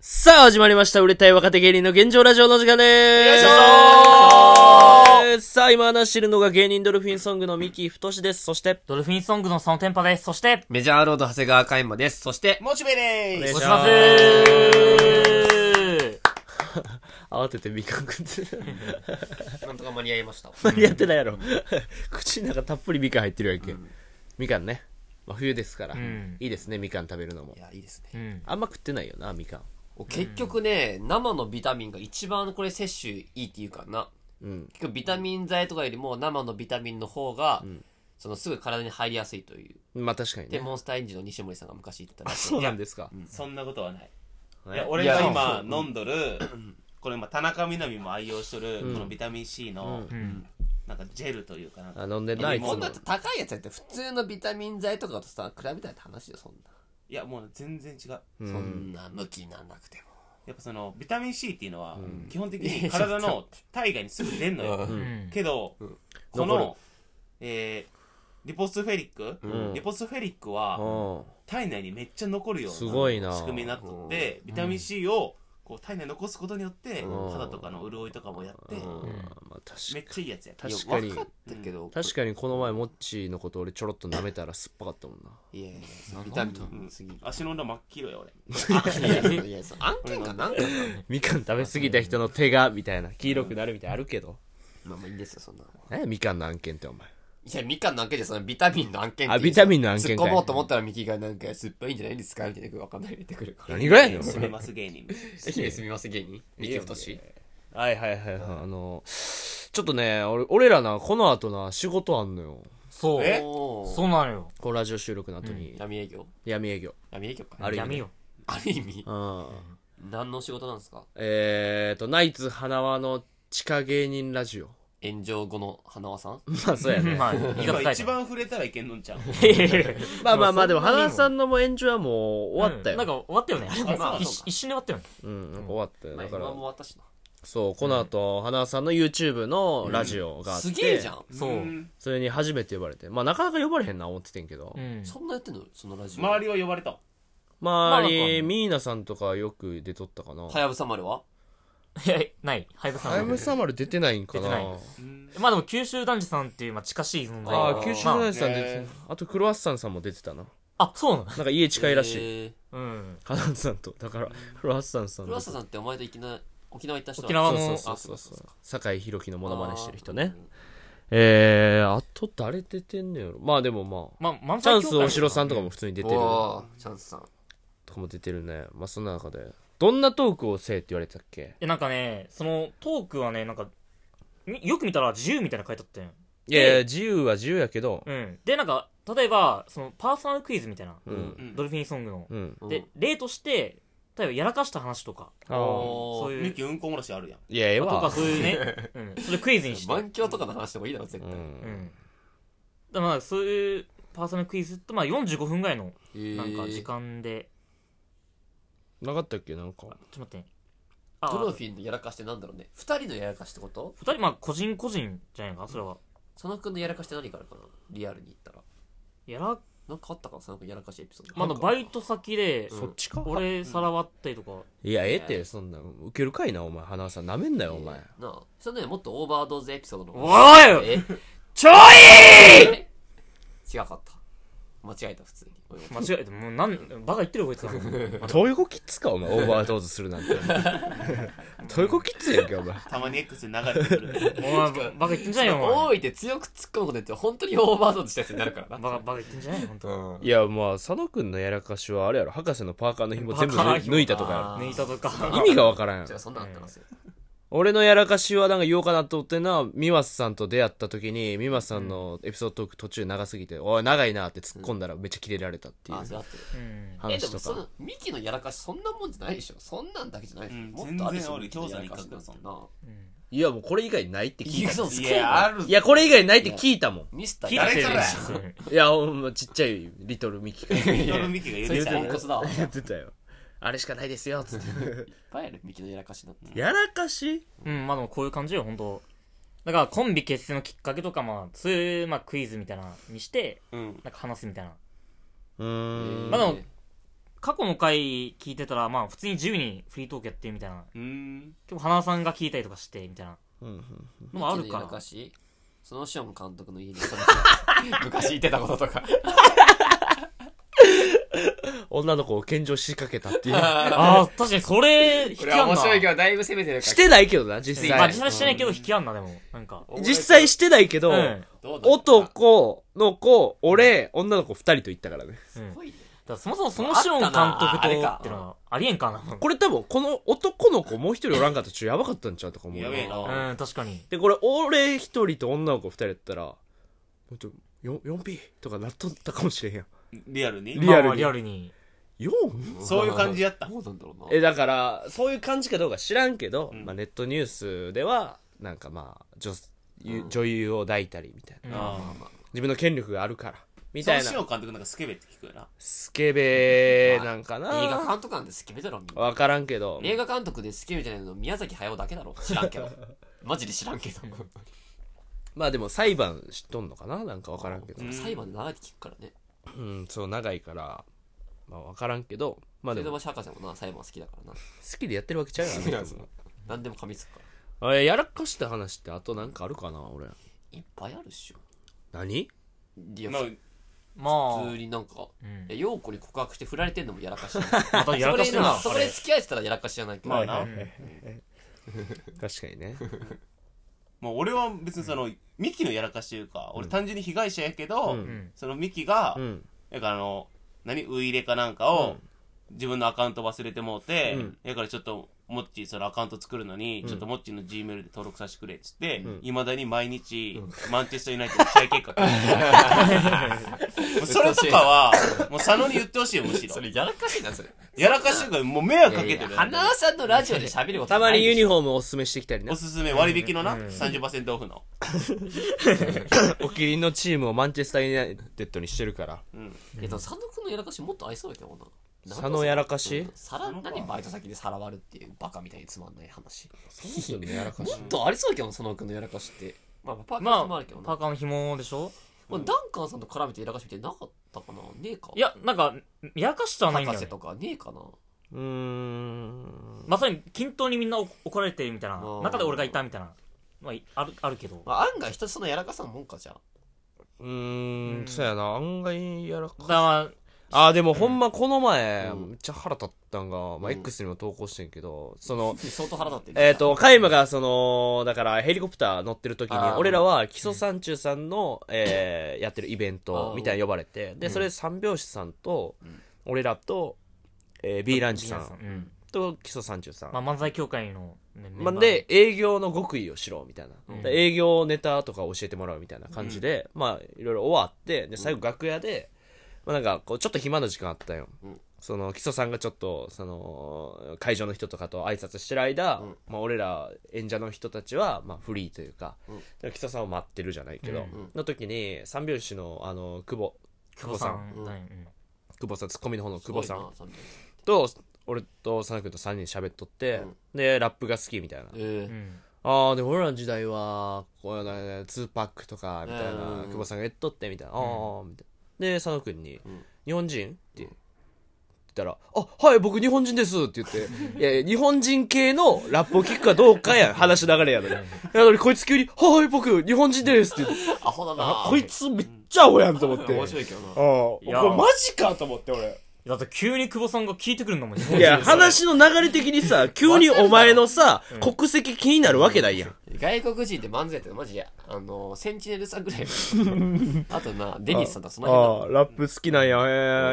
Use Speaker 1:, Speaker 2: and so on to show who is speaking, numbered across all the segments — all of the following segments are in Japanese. Speaker 1: さあ、始まりました。売れたい若手芸人の現状ラジオの時間でーす。
Speaker 2: よ
Speaker 1: さあ、今話しているのが芸人ドルフィンソングの三木太志です。そして、
Speaker 3: ドルフィンソングのそのテンパです。そして、
Speaker 2: メジャーロード長谷川海馬です。そして、モチベ
Speaker 1: お
Speaker 2: で
Speaker 1: 願い
Speaker 3: お
Speaker 1: し
Speaker 3: し
Speaker 1: ま
Speaker 3: ますす
Speaker 1: 慌ててみかん食って
Speaker 2: す。なんとか間に合いました。
Speaker 1: た。やってないやろ。口の中たっぷりみかん入ってるやんけ。みかんね。真冬ですから。
Speaker 3: ん
Speaker 1: いいですね、みかん食べるのも
Speaker 2: い。や、いいです
Speaker 3: う
Speaker 2: ね。
Speaker 3: ん。
Speaker 1: あんま食ってないよな、みかん。
Speaker 2: 結局ね、生のビタミンが一番これ摂取いいっていうかな。
Speaker 1: うん。
Speaker 2: 結局ビタミン剤とかよりも生のビタミンの方が、そのすぐ体に入りやすいという。
Speaker 1: まあ確かに
Speaker 2: で、
Speaker 1: ね。
Speaker 2: モンスターエンジンの西森さんが昔言ってたら
Speaker 1: あ、
Speaker 2: しい
Speaker 1: そうなんですか。
Speaker 4: そんなことはない。い
Speaker 1: ね
Speaker 4: や、俺が
Speaker 2: いや
Speaker 4: 今飲んどる、これ今田中みな実も愛用しとる、このビタミン C の、なんかジェルというかなん
Speaker 1: あ、
Speaker 4: か。
Speaker 1: 飲んでんな、いつ
Speaker 2: こ
Speaker 1: も
Speaker 2: ん。な高いやつやって普通のビタミン剤とかとさ、比べたら話よ、そん
Speaker 4: いや、もう全然違う。
Speaker 2: な。そんな向きになんなくても。
Speaker 4: やっぱその、ビタミン C っていうのは、基本的に体の体外にすぐ出んのよ。けど、こ
Speaker 1: 残
Speaker 4: の、えー、リポスフェリック、
Speaker 1: うん
Speaker 4: リポスフェリック
Speaker 1: う
Speaker 4: は、
Speaker 1: ん。
Speaker 4: 体内にめっちゃ残るような
Speaker 1: すごいな
Speaker 4: 仕組みになっとって、ビタミン C を、こう体内に残すことによって、
Speaker 1: うん
Speaker 4: 肌とかの潤いとかもやって、
Speaker 1: うんまあ確か
Speaker 4: めっ
Speaker 1: に。
Speaker 4: ちゃいいやつやった。
Speaker 2: いや
Speaker 1: 確かに
Speaker 2: 分かったけど、
Speaker 1: 確かにこの前、モッチーのこと俺ちょろっと舐めたら酸っぱかったもんな。
Speaker 2: いやいや、ビタミンすぎる。
Speaker 4: 足の裏真っ黄色や俺。
Speaker 2: いやいや、そう案件がなんか な。
Speaker 1: みかん食べ過ぎた人の手が、みたいな、黄色くなるみたいなあるけど。
Speaker 2: まあまあいいんですよ、そんなの。
Speaker 1: 何やみかんの案件ってお前。
Speaker 2: いや、みかんの案件じゃ、そのビタミンの案件っていう
Speaker 1: あビタミンの案件か
Speaker 2: 突っ込もうと思ったら、ミキがなんか、酸っぱいんじゃないですかみ たいなことわかんない入れてくるから。
Speaker 1: 何がやねん、お
Speaker 4: 締め
Speaker 1: 前。
Speaker 4: ます芸人。
Speaker 2: 愛媛すみません、芸人。ミキ太し。
Speaker 1: はいはいはいはい。あの、ちょっとね、俺俺らな、この後な、仕事あんのよ。
Speaker 3: そう。
Speaker 4: え
Speaker 2: おー。
Speaker 3: そうなのよ。
Speaker 1: こうラジオ収録の後に、
Speaker 2: 闇営業
Speaker 1: 闇営業。
Speaker 2: 闇営業か。
Speaker 1: ある意味ね
Speaker 3: 闇よ。
Speaker 2: ある意味
Speaker 1: う。ん。
Speaker 2: 何の仕事なんですか
Speaker 1: えーと、ナイツ花輪の地下芸人ラジオ。
Speaker 2: 炎上後の花輪さん
Speaker 1: まあそうやね。
Speaker 3: まあ、言い方
Speaker 4: 今
Speaker 3: 変え
Speaker 4: 一
Speaker 3: た。
Speaker 4: 番触れたらいけんのんちゃん。
Speaker 1: まあまあまあ、でも
Speaker 3: そんなに
Speaker 1: 花輪さんのもう炎上はもう終わったよ。
Speaker 3: なんか終わったよね。
Speaker 2: まあ
Speaker 3: 一一瞬で終わったよね。
Speaker 1: うん、なんか終わったよ。だか
Speaker 2: まあ
Speaker 1: ら
Speaker 2: 今、も私の。
Speaker 1: そう、この後、花輪さんの YouTube のラジオがあって。
Speaker 2: すげえじゃん。
Speaker 3: そう。
Speaker 4: ん
Speaker 1: それに初めて呼ばれて。まあ、なかなか呼ばれへんな、思っててんけど。
Speaker 3: うん。
Speaker 2: そんなやってんのそのラジオ。
Speaker 4: 周りは呼ばれた。
Speaker 1: まあ、
Speaker 3: まあなんか
Speaker 1: ミーナさんとかよく出とったかな。
Speaker 2: はやぶさ丸はい
Speaker 3: や、ない。ハイブさん
Speaker 1: タ
Speaker 3: は
Speaker 1: イムサマル出てないんかな。
Speaker 3: 出てない
Speaker 4: うん
Speaker 3: まあでも、九州男児さんっていう、まあ、近しい存在。
Speaker 1: あ
Speaker 2: ー
Speaker 1: あ、九州男児さん出てた
Speaker 4: ま
Speaker 1: あと、クロワッサンさんも出てたな。
Speaker 3: あ、あそうなの
Speaker 1: なんか家近いらしい。
Speaker 2: い。
Speaker 3: うん。
Speaker 1: 花輪さんと。だから、クロワッサンさん
Speaker 2: ク
Speaker 1: と。
Speaker 2: ロワッサさんってお前と沖縄、沖縄行った人
Speaker 3: 沖縄の
Speaker 1: そうそう
Speaker 2: あ
Speaker 1: そうそう
Speaker 2: そ
Speaker 1: そうう。酒井宏樹のモノマネしてる人ね。
Speaker 2: あー
Speaker 1: えー、あと誰出てんのやろ。まあでもまあ、
Speaker 3: まあ、満
Speaker 1: チ
Speaker 3: 開
Speaker 1: ャ
Speaker 3: 協
Speaker 1: ン
Speaker 3: 会
Speaker 1: ス大城さんとかも普通に出てる。
Speaker 2: おーチャンスさん。
Speaker 1: とかも出てるね。まあそんな中で。どんなトークをせえって言われてたっけ
Speaker 3: いや、なんかね、その、トークはね、なんか、みよく見たら自由みたいなの書いてあったよ。
Speaker 1: いやいや、自由は自由やけど。
Speaker 3: うん。で、なんか、例えば、その、パーソナルクイズみたいな。
Speaker 1: うん。
Speaker 3: ドルフィンソングの。
Speaker 1: うん。
Speaker 3: で、例として、例えばやらかした話とか、
Speaker 1: ああ。
Speaker 2: おー
Speaker 3: そうい
Speaker 4: ミ
Speaker 3: う、
Speaker 4: キうんこ漏らしあるやん。
Speaker 1: いや、ええ
Speaker 3: とか
Speaker 1: わ。
Speaker 3: そういうね、うん、それクイズにして、うん。
Speaker 2: 満響とかの話でもいいだろ絶
Speaker 1: うん。
Speaker 2: 対、
Speaker 3: だからまあそういうパーソナルクイズと、まあ45分ぐらいの、なんか時
Speaker 2: 間
Speaker 3: 間で、
Speaker 1: なかったっけなんか。
Speaker 3: ちょっと待って。
Speaker 2: ド
Speaker 3: あ
Speaker 2: ル、フィンのやらかしてなんだろうね二人のやらかしてこと
Speaker 3: 二人、まあ個人個人じゃないか、それは。
Speaker 2: 佐野くんのやらかして何からかなリアルに言ったら
Speaker 3: やら、
Speaker 2: なんかあったかな佐野くんやらかしてエピソード
Speaker 3: まだバイト先で、
Speaker 2: そっ
Speaker 1: ちか
Speaker 3: 俺さらわったりとか、
Speaker 1: いや、ええって、そんなん、ウケるかいな、お前。花輪さん、舐めんなよ、お前。
Speaker 2: なあそのねもっとオーバードーズエピソードの
Speaker 3: おい
Speaker 2: え
Speaker 3: ちょい
Speaker 2: え 違かった間違えた普通に
Speaker 3: 間違えて、もうなん、バカ言ってるよこいつは。
Speaker 1: トイコキッズか、お 前。オーバードーズするなんて。トイコキッズやんけ、お前。
Speaker 4: たまに X に流れてくる。
Speaker 3: お前、バカ言ってんじゃないよ、お
Speaker 2: 多
Speaker 3: 前。
Speaker 2: いって強く突っ込むこと言って本当にオーバードーズしたやつになる からな
Speaker 3: バカ、バカ言ってんじゃないよ、ほんと。
Speaker 1: いや、まあ、佐野くんのやらかしは、あれやろ、博士のパーカーの紐全部
Speaker 3: パーカー紐
Speaker 1: 抜いたとかや
Speaker 2: あー
Speaker 3: 抜いたとか。
Speaker 1: ろ。意味がわからんや
Speaker 2: じゃあ
Speaker 1: ろ。
Speaker 2: そんなのあったんですよ、
Speaker 1: 俺のやらかしは、なんか言おうかなと思ってんな、ミマスさんと出会った時に、ミマスさんのエピソードトーク途中長すぎて、おい、長いなって突っ込んだらめっちゃキレられたっていう
Speaker 2: あそれあってる
Speaker 3: うん。
Speaker 2: えで
Speaker 1: 話
Speaker 2: も
Speaker 1: と
Speaker 2: そ
Speaker 1: か。
Speaker 2: のミキのやらかしそんなもんじゃないでしょそんなんだけじゃないでしょ、
Speaker 4: うん
Speaker 2: もっとあるでしょ
Speaker 4: 全然俺
Speaker 2: ミキのやらかしなんて
Speaker 4: 教祖に書く
Speaker 2: ない
Speaker 1: や、もうこれ以外ないって
Speaker 2: い
Speaker 1: 聞い
Speaker 2: や
Speaker 1: た。
Speaker 2: そう
Speaker 4: いや、ある。
Speaker 1: いや、これ以外ないって聞いたもん。
Speaker 2: ミスター
Speaker 3: 聞い
Speaker 2: や
Speaker 3: た
Speaker 2: れ
Speaker 3: せい
Speaker 2: て
Speaker 3: で
Speaker 2: る
Speaker 4: 誰
Speaker 2: し
Speaker 4: か
Speaker 1: いや、ほんま、ちっちゃいリトルミキが言
Speaker 4: ミキが言
Speaker 2: そい
Speaker 4: っ
Speaker 2: つ
Speaker 4: てた
Speaker 2: ポ
Speaker 4: よ
Speaker 2: ンコ ツだわいっ
Speaker 1: ってたよ。あれしかないですよ、つって。
Speaker 2: ぱいあるミキのやらかしなんて
Speaker 1: やらかし
Speaker 3: うん、まあでもこういう感じよ、ほんと。だからコンビ結成のきっかけとか、まあ、そういう、まあ、クイズみたいなのにして、
Speaker 4: うん。
Speaker 3: なんか話すみたいな。
Speaker 1: うーん。
Speaker 3: まあでも、過去の回聞いてたら、まあ、普通に自由にフリートークやってみたいな。
Speaker 4: うーん
Speaker 3: 結構、花さんが聞いたりとかして、みたいな
Speaker 1: うんうん
Speaker 3: のもあるか
Speaker 2: 一気に
Speaker 3: ら。
Speaker 2: 昔そのシオン監督の家に遊びに行って昔言ってたこととか
Speaker 1: 女の子を献上しかけた っていう
Speaker 3: ああ、確かにそれ、引
Speaker 2: こ
Speaker 3: き
Speaker 2: れ
Speaker 3: あん
Speaker 2: 面
Speaker 3: な。
Speaker 2: 白いけどだいぶ攻めてるから
Speaker 1: してないけどな実
Speaker 3: まあ、
Speaker 1: 際
Speaker 3: 実際してないけど引きあんな、でも。なんか。
Speaker 1: 実際してないけ
Speaker 3: う
Speaker 1: ど、
Speaker 3: ん。うん。だか
Speaker 2: どうだった
Speaker 1: 男の子俺女の子2人と行ったからね
Speaker 2: すごいね
Speaker 3: らそもそもそのシオン監督と、っていうのは、ありえんかな。
Speaker 1: これ多分この男の子もう一人おらんかったらちょっとやばかったんちゃうとか思うな
Speaker 4: やべえな
Speaker 3: うん、確かに。
Speaker 1: でこれ俺1人と女の子2人やったらもうちょ 4P とかなっとったかもしれへんやん
Speaker 4: リアルに
Speaker 1: リアルに
Speaker 3: まあまあリアルに。
Speaker 1: 4?
Speaker 4: そういう感じやった
Speaker 2: どうなんだろうな
Speaker 1: えだからそういう感じかどうか知らんけど、
Speaker 4: うん
Speaker 1: まあ、ネットニュースではなんかまあ女,、
Speaker 2: うん
Speaker 1: 女優を抱いたりみたいな
Speaker 3: うん
Speaker 2: まあまあまあ
Speaker 1: 自分の権力があるからみ
Speaker 4: そ
Speaker 1: た
Speaker 4: の
Speaker 1: いな
Speaker 4: 塩監督なんかスケベって聞くよな
Speaker 1: スケベなんかな、
Speaker 2: 映画監督なんて好きめだろみんな
Speaker 1: 分からんけど
Speaker 2: 映画監督で好きみたいなの宮崎駿だけだろ知らん けどマジで知らんけど
Speaker 1: まあでも裁判知っとんのかななんか分からんけど
Speaker 4: うん
Speaker 2: 裁判で長いって聞くからね
Speaker 1: うん、そう長いからまあ分からんけどまあ
Speaker 2: そ
Speaker 1: で
Speaker 2: れで
Speaker 1: も
Speaker 2: も
Speaker 1: 好
Speaker 2: 釈迦さんもな裁判好きだからな
Speaker 1: きでやってるわけちゃうよね
Speaker 2: 何でも噛みつくから
Speaker 1: あれやらかした話ってあとなんかあるかな俺
Speaker 2: いっぱいあるっしょ
Speaker 1: 何
Speaker 2: いや
Speaker 4: まあ
Speaker 3: ま
Speaker 2: 普
Speaker 3: あ
Speaker 2: 通、になんか
Speaker 3: う
Speaker 2: い
Speaker 3: ん
Speaker 2: や陽子に告白して振られてんのもやらかし
Speaker 3: またやらかしてるな、
Speaker 2: それなそ
Speaker 3: あ
Speaker 2: れ
Speaker 3: れ
Speaker 2: 付き合えてたらやらかしじゃないけど
Speaker 4: まあな
Speaker 1: 確かにね
Speaker 4: もう俺は別にそのミキのやらかしというか俺単純に被害者やけ
Speaker 1: う
Speaker 4: ど
Speaker 1: ん
Speaker 3: うん。
Speaker 4: そのミキが
Speaker 1: うん
Speaker 4: なんかあの何ウイイレかなんか
Speaker 1: う
Speaker 4: を
Speaker 1: ん
Speaker 4: 自分のアカウント忘れてもうて
Speaker 1: うん
Speaker 4: だからちょっとモッチーそのアカウント作るのに
Speaker 1: ん
Speaker 4: ちょっとモッチーの G メールで登録させてくれっつって
Speaker 1: ん
Speaker 4: いまだに毎日マンチェスターユナイテッドの試合結果書いてるもうそれとかはもう佐野に言ってほしいよむしろ
Speaker 2: それやらかしいなそれ
Speaker 4: やらかしというかもう迷惑か
Speaker 2: いやい
Speaker 4: けて
Speaker 2: や
Speaker 4: る
Speaker 2: 花輪さんのラジオで喋ること
Speaker 1: たまにユニ
Speaker 2: フ
Speaker 1: フォームをおすすめしてきたりね
Speaker 4: おすすめ割引のな
Speaker 3: うん
Speaker 4: 30%オフの
Speaker 1: お気に入りのチームをマンチェスター・ユナイテッドにしてるから
Speaker 4: うん
Speaker 2: ォームいやでも佐野くんのやらかしもっと愛そうやけどな
Speaker 1: 佐野やらかし
Speaker 2: うんさら
Speaker 4: 佐野か
Speaker 2: 何バイト先でさらわるっていうバカみたいにつまんない話
Speaker 1: そうですよねやらか
Speaker 2: もっとありそうやけどな佐野くんのやらかしってまあパーカー
Speaker 3: ま
Speaker 2: もあ
Speaker 3: あ
Speaker 2: るけど、な
Speaker 3: パーカーの紐でしょ
Speaker 2: まあダンカンさんと絡めてやらかしみたいなのなかったかなねえか
Speaker 3: いや、なんか、やらかしてはないんだ
Speaker 2: 博
Speaker 3: よ
Speaker 2: 士
Speaker 3: ね。
Speaker 2: とかねえか な
Speaker 1: うーん
Speaker 3: まさに均等にみんなお怒られてるみたいな
Speaker 2: うん
Speaker 3: 中で俺がいたみたいなまあいあるあるけど
Speaker 2: まあ、案外人そのやらかさんもんかじゃあ
Speaker 1: うー
Speaker 3: うんん
Speaker 1: そうやな案外やらか
Speaker 3: だから
Speaker 1: あーでもほんまこの前、
Speaker 2: うん
Speaker 1: めっちゃ腹立ったんが、まあ、
Speaker 2: うん
Speaker 1: X にも投稿してんけどその
Speaker 2: 相当腹立ってる
Speaker 1: えっ、とカイマがそのだからヘリコプター乗ってる時に
Speaker 2: あー
Speaker 1: 俺らは木曽山中さんの、えーやってるイベントみたいなの呼ばれてでそれ三拍子さんと、
Speaker 2: ん
Speaker 1: 俺らと、えー、B ランチさ
Speaker 3: うんん
Speaker 1: と木曽山中さん
Speaker 3: まあ、漫才協会の、ね、メン
Speaker 1: ま
Speaker 3: バ
Speaker 1: あ、
Speaker 3: ー
Speaker 1: で営業の極意をしろみたいな、
Speaker 3: うん
Speaker 1: で営業ネタとか教えてもらうみたいな感じで、まあいろいろ終わってで最後楽屋で、まあ、なんかこうちょっと暇な時間あったよ、
Speaker 2: うん
Speaker 1: その木曽さんがちょっとその会場の人とかと挨拶してる間、
Speaker 2: うん
Speaker 1: まあ、俺ら演者の人たちはまあフリーというか、
Speaker 2: うん
Speaker 1: で木曽さんを待ってるじゃないけど、
Speaker 3: うん
Speaker 2: うん
Speaker 1: の時に三拍子のあの久保
Speaker 3: 久保さん
Speaker 2: 久保さん
Speaker 3: だね
Speaker 1: 久保さんツッコミの方の久保さん
Speaker 2: すごいな
Speaker 1: と俺と佐野君と3人喋っとって、でラップが好きみたいな
Speaker 2: えー
Speaker 3: うんうん
Speaker 1: ああでも俺らの時代はこういうの2パックとかみたいな、
Speaker 2: うん
Speaker 1: 久保さんが言っとってみたいな、ああみたいなで佐野君に、
Speaker 2: ん
Speaker 1: 日本人?」って言ったら「あはい僕日本人です」って言って「い やいや日本人系のラップを聞くかどうかやん話の流れやのに」なのにこいつ急に「はい僕日本人です」って言って
Speaker 2: アホだ
Speaker 1: あ
Speaker 2: な
Speaker 1: こいつめっちゃアホやんと思って
Speaker 2: 面白いけどな
Speaker 1: ああこ
Speaker 3: や
Speaker 1: れマジかと思って俺
Speaker 3: だって急に久保さんが聞いてくるんだも ん
Speaker 1: いや話の流れ的にさ急にお前のさ国籍気になるわけないやん
Speaker 2: 外国人で漫才ってマジであのセンチネルさんぐらいあとなデニスさんとかその
Speaker 1: ああ
Speaker 2: 辺
Speaker 1: ラップ好きなんや、え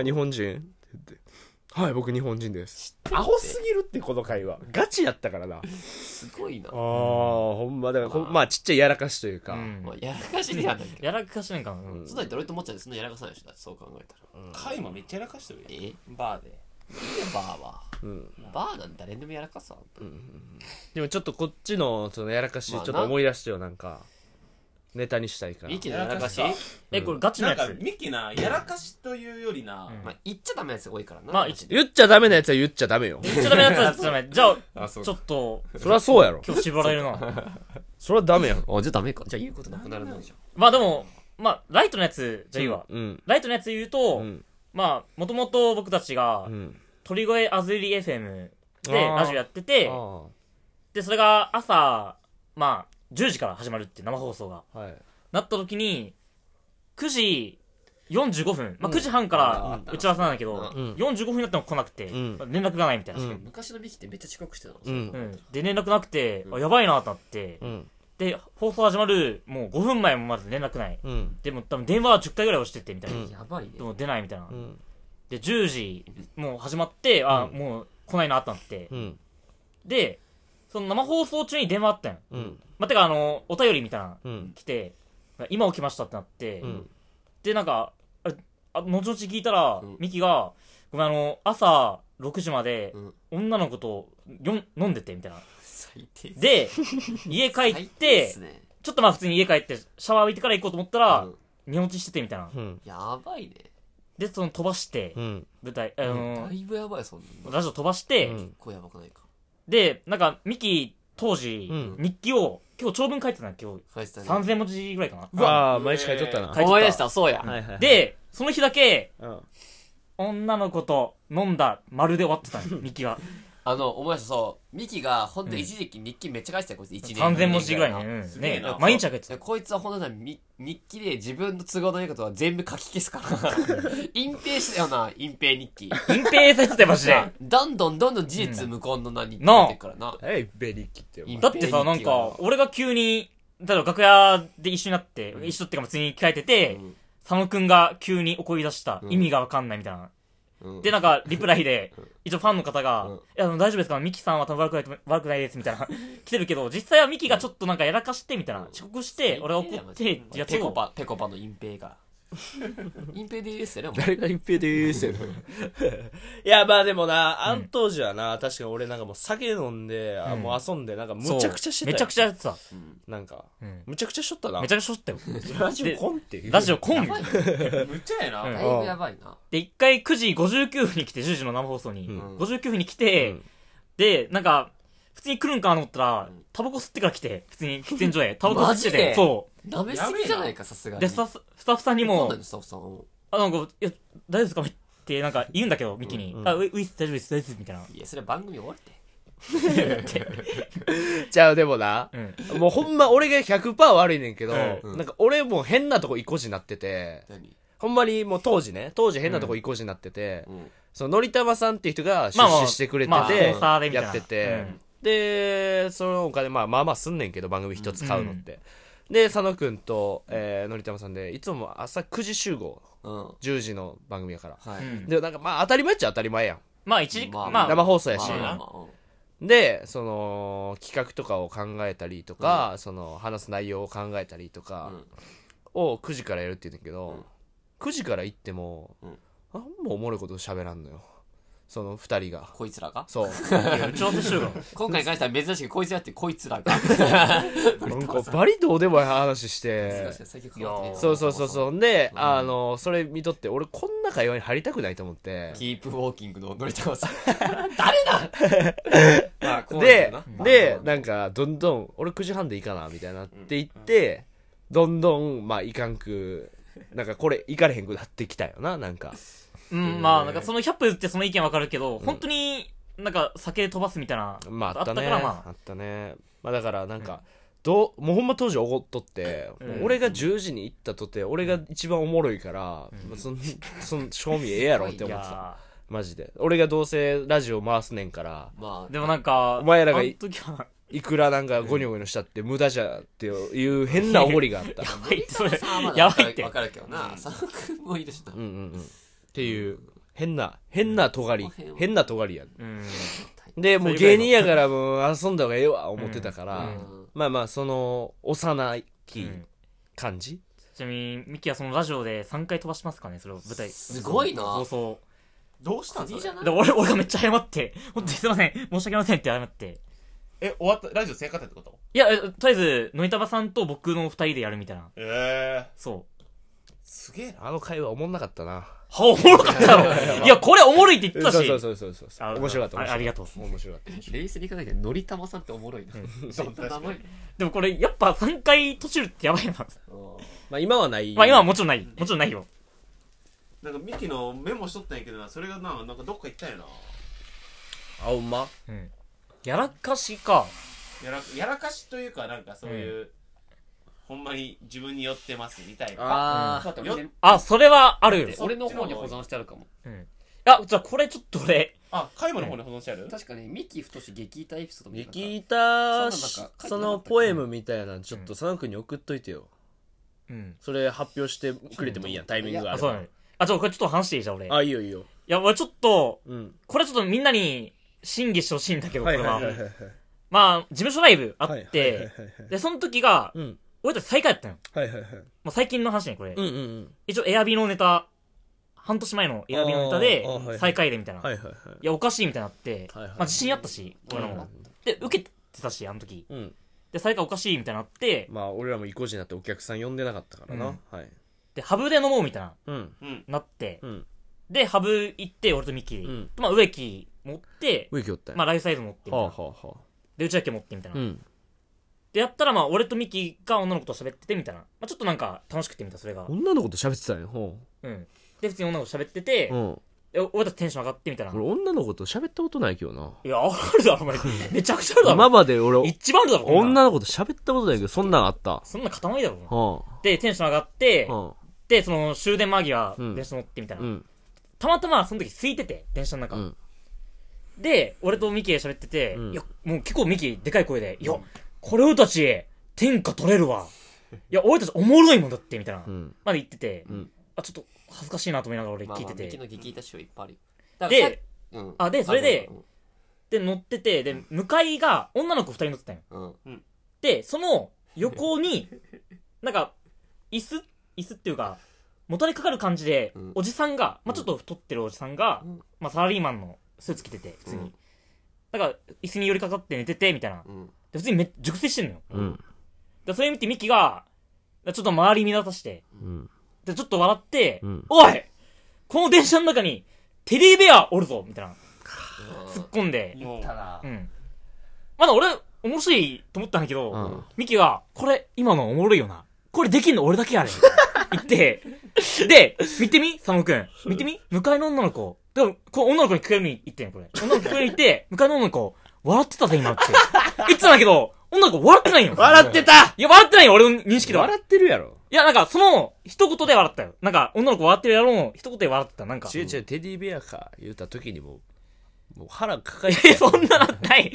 Speaker 1: ー、日本人って言ってはい僕日本人ですアホすぎるってこの会話ガチやったからなあ
Speaker 2: すごいな
Speaker 1: あほんまだからこまあちっちゃいやらかしというか、
Speaker 3: うん
Speaker 2: まあやらかしではないけど
Speaker 3: やらかしなんかなうん
Speaker 2: そんなにどれと思っちゃうんでそんなやらかさないでしょだってそう考えたら
Speaker 4: カイマめっちゃやらかしてるやん
Speaker 2: え
Speaker 4: バーで
Speaker 2: バーはバーなんて誰でもやらかすわ
Speaker 1: でもちょっとこっちのそのやらかしちょ
Speaker 2: ま
Speaker 1: っ
Speaker 2: あな
Speaker 1: と思い出してよなんかネタにしたいから
Speaker 2: ミキのやらかし
Speaker 4: やらか
Speaker 3: えこれガチの
Speaker 4: なん
Speaker 3: や
Speaker 4: か
Speaker 3: つ
Speaker 4: ミキなやらかしというよりな、
Speaker 3: ん
Speaker 2: まあ言っちゃダメなやつが多いからな
Speaker 3: まあ一
Speaker 1: 言っちゃダメなやつは言っちゃダメよ
Speaker 3: 言っちゃダメなやつは言っちゃダメじゃあ
Speaker 4: あそう
Speaker 3: ちょっと
Speaker 1: そりゃそうやろ
Speaker 3: 今日縛られるな
Speaker 1: そりゃダメやろ
Speaker 2: あじゃあダメかじゃあ言うことなくなるないじゃん
Speaker 3: まあでもまあライトのやつじゃあいいわ
Speaker 1: うん
Speaker 3: ライトのやつ言うと
Speaker 1: うん
Speaker 3: まあ、もともと僕たちが、
Speaker 1: ん
Speaker 3: 鳥越あずり FM で
Speaker 1: あー
Speaker 3: ラジオやってて、
Speaker 1: あ
Speaker 3: で、それが朝、まあ、10時から始まるっていう生放送が、
Speaker 1: あはい
Speaker 3: なった時に、9時45分、まあ9時半から打ち合わせなんだけど、
Speaker 1: うん
Speaker 3: 45分になっても来なくて、
Speaker 1: ん
Speaker 3: 連絡がないみたいな。
Speaker 1: うん
Speaker 2: 昔のビキってめっちゃ遅刻してたの、
Speaker 1: うん
Speaker 3: うんで、連絡なくて、あ、やばいなってなって、
Speaker 1: うん
Speaker 3: で、放送始まる、もう5分前もまず連絡ない。
Speaker 1: うん
Speaker 3: でも多分電話は10回ぐらい押してってみたいな。
Speaker 1: うん
Speaker 2: やばいね
Speaker 3: でも出ないみたいな。
Speaker 1: ん
Speaker 3: で、10時、もう始まって、あ、もう来ないなってなって。
Speaker 1: うん
Speaker 3: で、その生放送中に電話あったんよ。
Speaker 1: うん
Speaker 3: まあ、てかあの、お便りみたいな、
Speaker 1: うん
Speaker 3: 来て、今起きましたってなって、
Speaker 1: うん
Speaker 3: で、なんか、ああ後々聞いたら、
Speaker 2: うん
Speaker 3: ミキが、ごめん、あの、朝6時まで
Speaker 2: うん、
Speaker 3: 女の子とよん飲んでて、みたいな。
Speaker 2: 最低っす
Speaker 3: で、家帰
Speaker 2: 最
Speaker 3: っ
Speaker 2: 低っす
Speaker 3: て、
Speaker 2: ね
Speaker 3: ちょっとまあ普通に家帰って、シャワー浴びてから行こうと思ったら、
Speaker 2: うん
Speaker 3: 寝落ちしてて、みたいな。
Speaker 1: うん
Speaker 2: やばいね
Speaker 3: で、その飛ばして、
Speaker 1: うん
Speaker 3: 舞台、あの
Speaker 2: だいぶやばいそんな
Speaker 3: ラジオ飛ばして、
Speaker 1: うん
Speaker 2: こうやばくないか
Speaker 3: で、なんか、ミキ、当時、
Speaker 1: うん
Speaker 3: 日記を、今日長文書いてたの、今日。
Speaker 2: 返したね
Speaker 3: 3000文字ぐらいかな。
Speaker 1: ああ毎日書いとったな
Speaker 3: 書いてた
Speaker 2: 思い出したそうや、
Speaker 1: はいはいはい
Speaker 3: で、その日だけ、
Speaker 1: うん
Speaker 3: 女の子と飲んだ、まるで終わってた の、ミキは。
Speaker 2: あの思い出したそうミキがほんと一時期日記めっちゃ返してたよこいつ1年
Speaker 3: 3000文字ぐらいね。
Speaker 4: す
Speaker 3: うん
Speaker 4: げえ
Speaker 3: ね
Speaker 4: な
Speaker 3: 毎日開けて
Speaker 2: で
Speaker 3: た。
Speaker 2: こいつはほんとに日記で自分の都合のいいことは全部書き消すから 隠蔽してたよな隠蔽日記
Speaker 3: 隠蔽されてたよ、マジで。
Speaker 2: どんどんどんどん事実無根のな日記
Speaker 3: なあ
Speaker 2: 出てるからな
Speaker 1: えいベリキってお前
Speaker 2: 隠蔽
Speaker 3: だってさ、なん
Speaker 2: 日記は
Speaker 3: か、俺が急に、例えば楽屋で一緒になって、一緒っていうか普通に着替えてて、
Speaker 2: うん
Speaker 3: 佐野くんが急に怒り出した。
Speaker 2: うん
Speaker 3: 意味がわかんないみたい
Speaker 2: う
Speaker 3: な。
Speaker 2: ん
Speaker 3: で、なんか、リプライで、一応ファンの方が、
Speaker 2: うん
Speaker 3: いや、あの大丈夫ですかミキさんは多分悪くない、悪くないです、みたいな。 来てるけど、実際はミキがちょっとなんかやらかして、みたいな。遅刻して、俺が怒って、やって
Speaker 2: ペコ
Speaker 3: こ
Speaker 2: パペコパの隠蔽が隠蔽でいいですよねもう
Speaker 1: 誰が隠蔽で言うせんのいやまあでもなあの当時はな確か俺なんかもう酒飲んであもう遊んでなんか
Speaker 3: う。
Speaker 1: むちゃくちゃしてた
Speaker 3: めちゃく
Speaker 1: ち
Speaker 3: ちゃやってた。
Speaker 1: ゃなんか
Speaker 3: うん
Speaker 1: むちゃくちゃしとったな
Speaker 3: めちゃくちゃしょったよ。
Speaker 1: ラジオコンっていう
Speaker 3: ラジオコンビ。
Speaker 4: むっちゃや
Speaker 3: うん
Speaker 4: な。
Speaker 2: だいぶやばいな
Speaker 3: で、一回9時59分に来て、10時の生放送に、
Speaker 1: ん
Speaker 3: 59分に来て、
Speaker 1: うん
Speaker 3: で、なんか、普通に来るんかなと思ったら、タバコ吸ってから来て、普通に喫煙所へ、タバコ吸って
Speaker 2: マジ
Speaker 3: て、
Speaker 2: で
Speaker 3: そ
Speaker 2: なめすぎじゃないかさすが
Speaker 3: う。
Speaker 2: に
Speaker 3: で、スタッフ、スタッフさんに
Speaker 2: そう
Speaker 3: も
Speaker 2: なん、ですそうそ
Speaker 3: あ、なんか、いや、大丈夫ですかって、なんか言うんだけど、ミキに、あ、ウイウイス大丈夫です、大丈夫です、みたいな
Speaker 2: う。いやそれ番組終わりて
Speaker 1: ちゃうでもな
Speaker 3: うん。
Speaker 1: もうほんま俺が100%悪いねんけど、
Speaker 3: う
Speaker 1: なんか俺もう変なとこ意固地になってて、
Speaker 2: 何
Speaker 1: ほんまにもう当時ね、当時変なとこ意固地になってて、
Speaker 2: うん
Speaker 1: そののりたまさんっていう人が出
Speaker 3: まあまあ
Speaker 1: 資してくれて
Speaker 3: まあス
Speaker 1: て
Speaker 3: ポンサーで、みたいな
Speaker 1: やってて、
Speaker 3: うん
Speaker 1: で、そのお金まあまあまあすんねんけど番組一つ買うのって。で、佐野くんと、えーのりたまさんで、いつも朝9時集合、
Speaker 2: うん
Speaker 1: 10時の番組やから。
Speaker 2: は
Speaker 3: う
Speaker 2: い
Speaker 3: ん
Speaker 1: で、なんかまあ当たり前っちゃ当たり前やん。
Speaker 3: まあ、一時、
Speaker 2: ま
Speaker 3: ま
Speaker 2: あ
Speaker 3: あ、
Speaker 1: 生放送やし。
Speaker 2: まあまあ
Speaker 1: でその企画とかを考えたりとか、その話す内容を考えたりと
Speaker 2: まあ
Speaker 1: か
Speaker 2: うん
Speaker 1: を9時からやるって言うんだけど、9時から行っても、
Speaker 2: うん
Speaker 1: あんまおもろいこと喋らんのよその2人が
Speaker 2: こいつらが
Speaker 1: そう
Speaker 3: 打ち合わせしようか
Speaker 2: 今回に関しては珍しくこいつらってこいつらが
Speaker 1: なんかバリどうでもいい話して
Speaker 2: 最近変わってね
Speaker 1: そうそうそうそうで、あのそれ見とって俺こんな会話に入りたくないと思って
Speaker 2: キープウォーキングの乗りたまさん 誰だ
Speaker 4: まあこうなんだよ
Speaker 1: で
Speaker 4: な、
Speaker 1: で、なんか、どんどん、俺9時半でいいかな、みたいなって言って、どんどん、まあ、いかんく、なんか、これ、いかれへんくなってきたよな、なんか。
Speaker 3: うん、まあ、なんかその100歩言ってその意見わかるけど、本当に、なんか酒飛ばすみたいな。
Speaker 1: まあ、あったね。
Speaker 3: あったからま
Speaker 1: あったね。まあ、だから、なんか、どう、もうほんま当時怒っとって、もう俺が10時に行ったとて、俺が一番おもろいから、その、その、賞味ええやろって
Speaker 3: あ。い
Speaker 1: 思ってた。
Speaker 3: や
Speaker 1: マジで。俺がどうせラジオ回すねんから、
Speaker 2: ま
Speaker 3: ー
Speaker 2: あ
Speaker 3: でもなんか、
Speaker 1: お前らが
Speaker 3: あ
Speaker 1: い
Speaker 3: の時は、
Speaker 1: いくらなんかゴニョゴニョしたって無駄じゃっていう変なおごりがあった。
Speaker 3: やばいって、それ
Speaker 2: さあま、だ
Speaker 3: やばいって
Speaker 2: わ。かるけどな佐野君もいるしな
Speaker 1: うんうんうん。っていう、変な、変な尖り
Speaker 2: この辺。は
Speaker 1: 変な尖りやん。
Speaker 3: うん。
Speaker 1: で、もう芸人やからもう遊んだ方がええわ、思ってたから、
Speaker 2: うん
Speaker 1: まあまあ、その、幼き
Speaker 3: うん
Speaker 1: 感じ、
Speaker 3: ちなみに、ミキはそのラジオで3回飛ばしますかね、それを舞台。
Speaker 2: すごいな
Speaker 3: 放送。
Speaker 4: どうしたん
Speaker 2: いいじゃ
Speaker 4: それ
Speaker 2: ない
Speaker 3: で、俺、俺がめっちゃ謝って、本当にすいません、申し訳ありませんって謝って。
Speaker 4: え、終わった、ラジオ正解ってこと
Speaker 3: いや、えとりあえず、ノイタバさんと僕の二人でやるみたいな。
Speaker 4: ええ。
Speaker 3: そう。
Speaker 4: すげえな。
Speaker 1: あの会話おもんなかったな。
Speaker 3: は、おもろかったろ。いや、これおもろいって言ってた
Speaker 1: そう
Speaker 3: し。
Speaker 1: そうそうそうそう
Speaker 3: あ
Speaker 1: 面白かった。
Speaker 3: あありがとう
Speaker 1: 面白かった。
Speaker 2: レースに行かないけどのりたまさんっておもろいな そんな名前
Speaker 3: でもこれ、やっぱ3回途中ってやばいな。
Speaker 1: まあ今はない。
Speaker 3: まあ今はもちろんない。もちろんないよ。
Speaker 4: なんかミキのメモしとったんやけどなそれがななんかどっか行ったんやな
Speaker 1: あほんま
Speaker 3: うん。やらかしか。
Speaker 4: やらやらかしというかなんかそういう、ほんまに自分に寄ってますみたいな
Speaker 1: あ
Speaker 2: だって俺ね
Speaker 3: あ、それはあるよ。
Speaker 4: え
Speaker 2: 俺の方に保存してあるかも。
Speaker 3: うん。あ、じゃあこれちょっと俺、
Speaker 4: あ介護の方に保存してある、
Speaker 2: 確かね、ミキ太し激イタエピソード
Speaker 1: あ
Speaker 2: みたいな。
Speaker 1: 激板
Speaker 2: そんなんなんか
Speaker 1: そのポエムみたいなのちょっと佐野君に送っといてよ
Speaker 3: うん。
Speaker 1: それ発表してくれてもいいやんタイミングがあ
Speaker 3: あ、
Speaker 1: れ
Speaker 3: そう
Speaker 1: ば
Speaker 3: なの。あ、ちょ、これちょっと話していいじゃん、俺。
Speaker 1: あいいよいいよ
Speaker 3: いや、俺ちょっと、
Speaker 1: うん
Speaker 3: これちょっとみんなに審議してほしいんだけど、こ
Speaker 1: はい
Speaker 3: れ
Speaker 1: はい
Speaker 3: は
Speaker 1: はい。はい
Speaker 3: まあ、事務所ライブあ
Speaker 1: はいは
Speaker 3: っ
Speaker 1: いはい
Speaker 3: て
Speaker 1: は、い
Speaker 3: で、その時が、
Speaker 1: うん
Speaker 3: 俺たち最下位だったの。
Speaker 1: はいはいはい
Speaker 3: もう最近の話ね、これ
Speaker 1: う。んうんうん
Speaker 3: 一応エアビのネタ、半年前のエアビのネタ
Speaker 1: あーあーはいは
Speaker 3: で
Speaker 1: い、
Speaker 3: 最下位でみたいな。
Speaker 1: はいいはいはい
Speaker 3: や、おかしいみたいになって、
Speaker 1: はいはい
Speaker 3: まあ自信あったし、俺のも。で、受けてたし、あの時。
Speaker 1: うん
Speaker 3: で、最下位おかしいみたいになって、
Speaker 1: まあ俺らも意固地になってお客さん呼んでなかったからな、
Speaker 3: うん
Speaker 1: はい
Speaker 3: で、ハブで飲もうみたいな、
Speaker 1: うん
Speaker 4: うん
Speaker 3: なって、
Speaker 1: うん
Speaker 3: で、ハブ行って、俺とミッキー、
Speaker 1: うん
Speaker 3: まあ植木持って、
Speaker 1: 植木おったんや
Speaker 3: まあライフサイズ持ってみたい
Speaker 1: は
Speaker 3: な、
Speaker 1: あはあはあ
Speaker 3: で、内訳持ってみたいな。
Speaker 1: うん
Speaker 3: で、やったらまあ俺とミッキーが女の子と喋っててみたいな。まあちょっとなんか楽しくてみたいな、それが。
Speaker 1: 女の子と喋ってたんやほ
Speaker 3: うん。で、普通に女の子と喋ってて
Speaker 1: う、うん
Speaker 3: で俺たちテンション上がってみたいな。
Speaker 1: 俺女の子と喋ったことないけどない
Speaker 3: や、あるだろ、お前。めちゃくちゃあるだ
Speaker 1: 今
Speaker 3: ろ。
Speaker 1: まで俺
Speaker 3: 一番あるだろ、こん
Speaker 1: 女
Speaker 3: な
Speaker 1: の子と喋ったことないけどそんなんあった
Speaker 3: そんな塊だろ。
Speaker 1: は
Speaker 3: で、テンション上がって
Speaker 1: あ、は
Speaker 3: で、その終電間際、
Speaker 1: うん
Speaker 3: 電車乗ってみたい
Speaker 1: あ
Speaker 3: な。
Speaker 1: うん
Speaker 3: たまたまその時空いてて、電車の中。
Speaker 1: うん
Speaker 3: で、俺とミキで喋ってて、
Speaker 1: うん
Speaker 3: いや、もう結構ミキでかい声で、いや、これ俺たち、天下取れるわ。いや、俺たちおもろいもんだって、みたいな。
Speaker 1: うん
Speaker 3: まで言ってて、
Speaker 1: うん
Speaker 3: あ、ちょっと恥ずかしいなと思いながら俺
Speaker 2: まあ
Speaker 3: 聞い
Speaker 2: ま
Speaker 3: て
Speaker 2: あ、ミキ
Speaker 3: て。
Speaker 2: の激イタ集はいっぱいあるよ。だから
Speaker 3: で、
Speaker 2: さうん
Speaker 3: あでそれで
Speaker 2: うん
Speaker 3: で、乗ってて、で、向かいが女の子二人乗ってたんよ。
Speaker 2: うん。
Speaker 3: で、その横に、なんか、椅子椅子っていうか、もたれかかる感じで
Speaker 2: うん、
Speaker 3: おじさんが、まあちょっと太ってるおじさんが
Speaker 2: うん、
Speaker 3: まあサラリーマンのスーツ着てて、普通
Speaker 2: う
Speaker 3: に
Speaker 2: ん。
Speaker 3: だから、椅子に寄りかかって寝てて、みたいな。
Speaker 2: うん。
Speaker 3: で、普通にめっちゃ熟成してんのよ。
Speaker 1: うん
Speaker 3: で、それ見てミキが、ちょっと周り見渡して、
Speaker 1: うん
Speaker 3: で、ちょっと笑って、
Speaker 1: うん
Speaker 3: おいこの電車の中に、テディベアおるぞみたいな。突っ込んで、
Speaker 4: もう
Speaker 2: ただ
Speaker 3: う、ん。まだ俺、面白いと思ったんだけど、
Speaker 1: うん
Speaker 3: ミキが、これ、今のおもろいよな。これできんの俺だけ やれ。言って、で、見てみ佐野くん。見てみ向かいの女の子。でも、こう女の子に聞こえるに行ってんよこれ。女の子に聞こえるに行って、向かいの女の子、笑ってたぜ、今って。 言ってたんだけど、女の子笑ってないよ。
Speaker 1: 笑ってた
Speaker 3: いや、笑ってないよ、俺の認識では。
Speaker 1: 笑ってるやろ
Speaker 3: いや、なんか、その、一言で笑ったよ。なんか、女の子笑ってるやろうの一言で笑ってた、なんか。
Speaker 1: 違う
Speaker 3: い
Speaker 1: 違うテディベアか言うた時にもうもう腹抱えて
Speaker 3: や、そんなのない。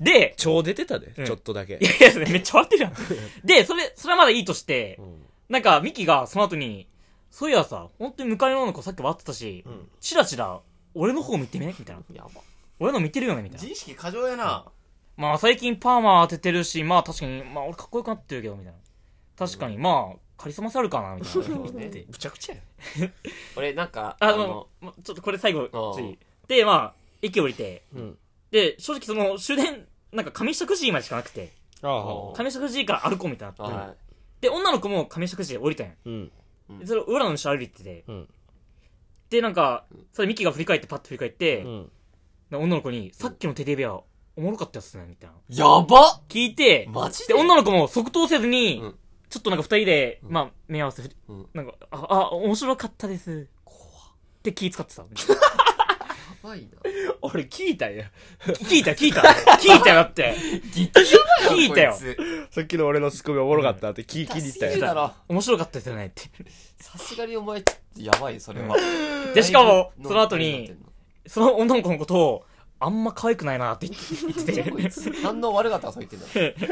Speaker 3: で、
Speaker 1: 超出てたで
Speaker 3: うん
Speaker 1: ちょっとだけ
Speaker 3: いやいや、めっちゃ笑ってるやん。で、それ、それはまだいいとして、
Speaker 1: ん
Speaker 3: なんか、ミキがその後に、そういやさ、本当に向かいの女の子さっき笑ってたし、チラチラ、俺の方見てみねみたいな。
Speaker 2: やば。
Speaker 3: 俺の見てるよねみたい
Speaker 4: 自
Speaker 3: な。
Speaker 4: 意識過剰やな、
Speaker 3: まあ、最近パーマ当ててるし、まあ確かに、まあ俺かっこよくなってるけど、みたいな。確かに、まあ、カリスマ性あるかな、み たいな。
Speaker 2: そうね
Speaker 1: むちゃくちゃや
Speaker 2: 俺、なんか、
Speaker 3: あ、の、まちょっとこれ最後、
Speaker 2: ああ
Speaker 3: ついで、まあ、駅降りて、
Speaker 1: うん
Speaker 3: で、正直その終電、なんか上下9時までしかなくて、
Speaker 1: あ
Speaker 3: 上下9時から歩こうみたいになって、
Speaker 2: は
Speaker 3: で、女の子も上下9時で降りたんや。
Speaker 1: うん
Speaker 3: でそれ裏の後ろ歩いてて、
Speaker 1: うん
Speaker 3: で、なんか、それミキが振り返って、パッと振り返って、
Speaker 1: うん
Speaker 3: で女の子に、さっきのテディベア、おもろかったっすね、みたいな。
Speaker 2: い。やば
Speaker 3: 聞いて、
Speaker 2: マジで
Speaker 3: で、女の子も即答せずに、
Speaker 2: うん
Speaker 3: ちょっとなんか二人で、まあ、目合わせ、
Speaker 2: うん
Speaker 3: なんか、あ、あ、面白かったです。怖って気使ってた。
Speaker 2: やばいな。
Speaker 1: 俺聞いたんや
Speaker 3: 聞いたよ聞いた よ聞いたよだって
Speaker 2: 激ヤバ
Speaker 3: 聞いたよ
Speaker 2: こいつ
Speaker 1: さっきの俺のツッコミおもろかったって聞きに行った
Speaker 2: い
Speaker 1: ん
Speaker 2: い
Speaker 1: や
Speaker 2: だろ。
Speaker 3: 面白かったですよねって
Speaker 2: さすがにお前、ちょっとやばい、それは。
Speaker 3: でしかも
Speaker 2: だいぶ
Speaker 3: その後にその女の子のことをあんま可愛くないなって言って
Speaker 2: じゃあこい
Speaker 3: て
Speaker 2: つ反応悪かったらそう言ってんだ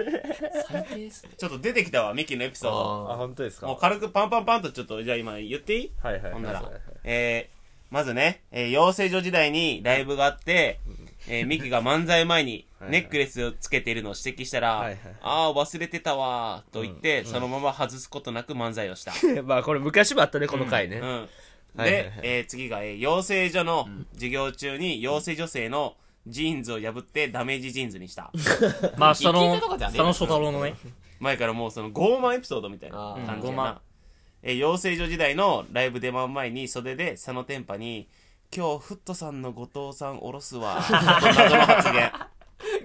Speaker 2: 最低ですね
Speaker 4: ちょっと出てきたわミキのエピソード
Speaker 1: あ
Speaker 2: あ
Speaker 1: 本当ですか
Speaker 4: もう軽くパンパンパンとちょっとじゃあ今言っていい
Speaker 1: はいはい
Speaker 4: ほ
Speaker 1: は
Speaker 4: ん
Speaker 1: い
Speaker 4: なら
Speaker 1: はい
Speaker 4: えー、まずね、えー養成所時代にライブがあって、えー、ミキが漫才前に
Speaker 1: はいはい
Speaker 4: ネックレスをつけているのを指摘したら、
Speaker 1: はいはい
Speaker 4: ああ、忘れてたわーと言って、そのまま外すことなく漫才をした。
Speaker 1: まあこれ昔もあったねこの回ね、
Speaker 4: うん。で、
Speaker 1: はいはいはい
Speaker 4: えー次が、えー養成所の授業中に養成女性のジーンズを破ってダメージジーンズにした。
Speaker 3: まあ下
Speaker 2: 聞
Speaker 3: の
Speaker 2: いたとこじゃねえ
Speaker 3: 下の翔太郎のね
Speaker 4: 前からもうその傲慢エピソードみたいな
Speaker 2: あー
Speaker 4: 感じ
Speaker 3: うん傲
Speaker 4: や
Speaker 3: 慢
Speaker 4: な、えー養成所時代のライブ出番前に袖で佐野天 パに「今日フットさんの後藤さんおろすわ」と謎の発言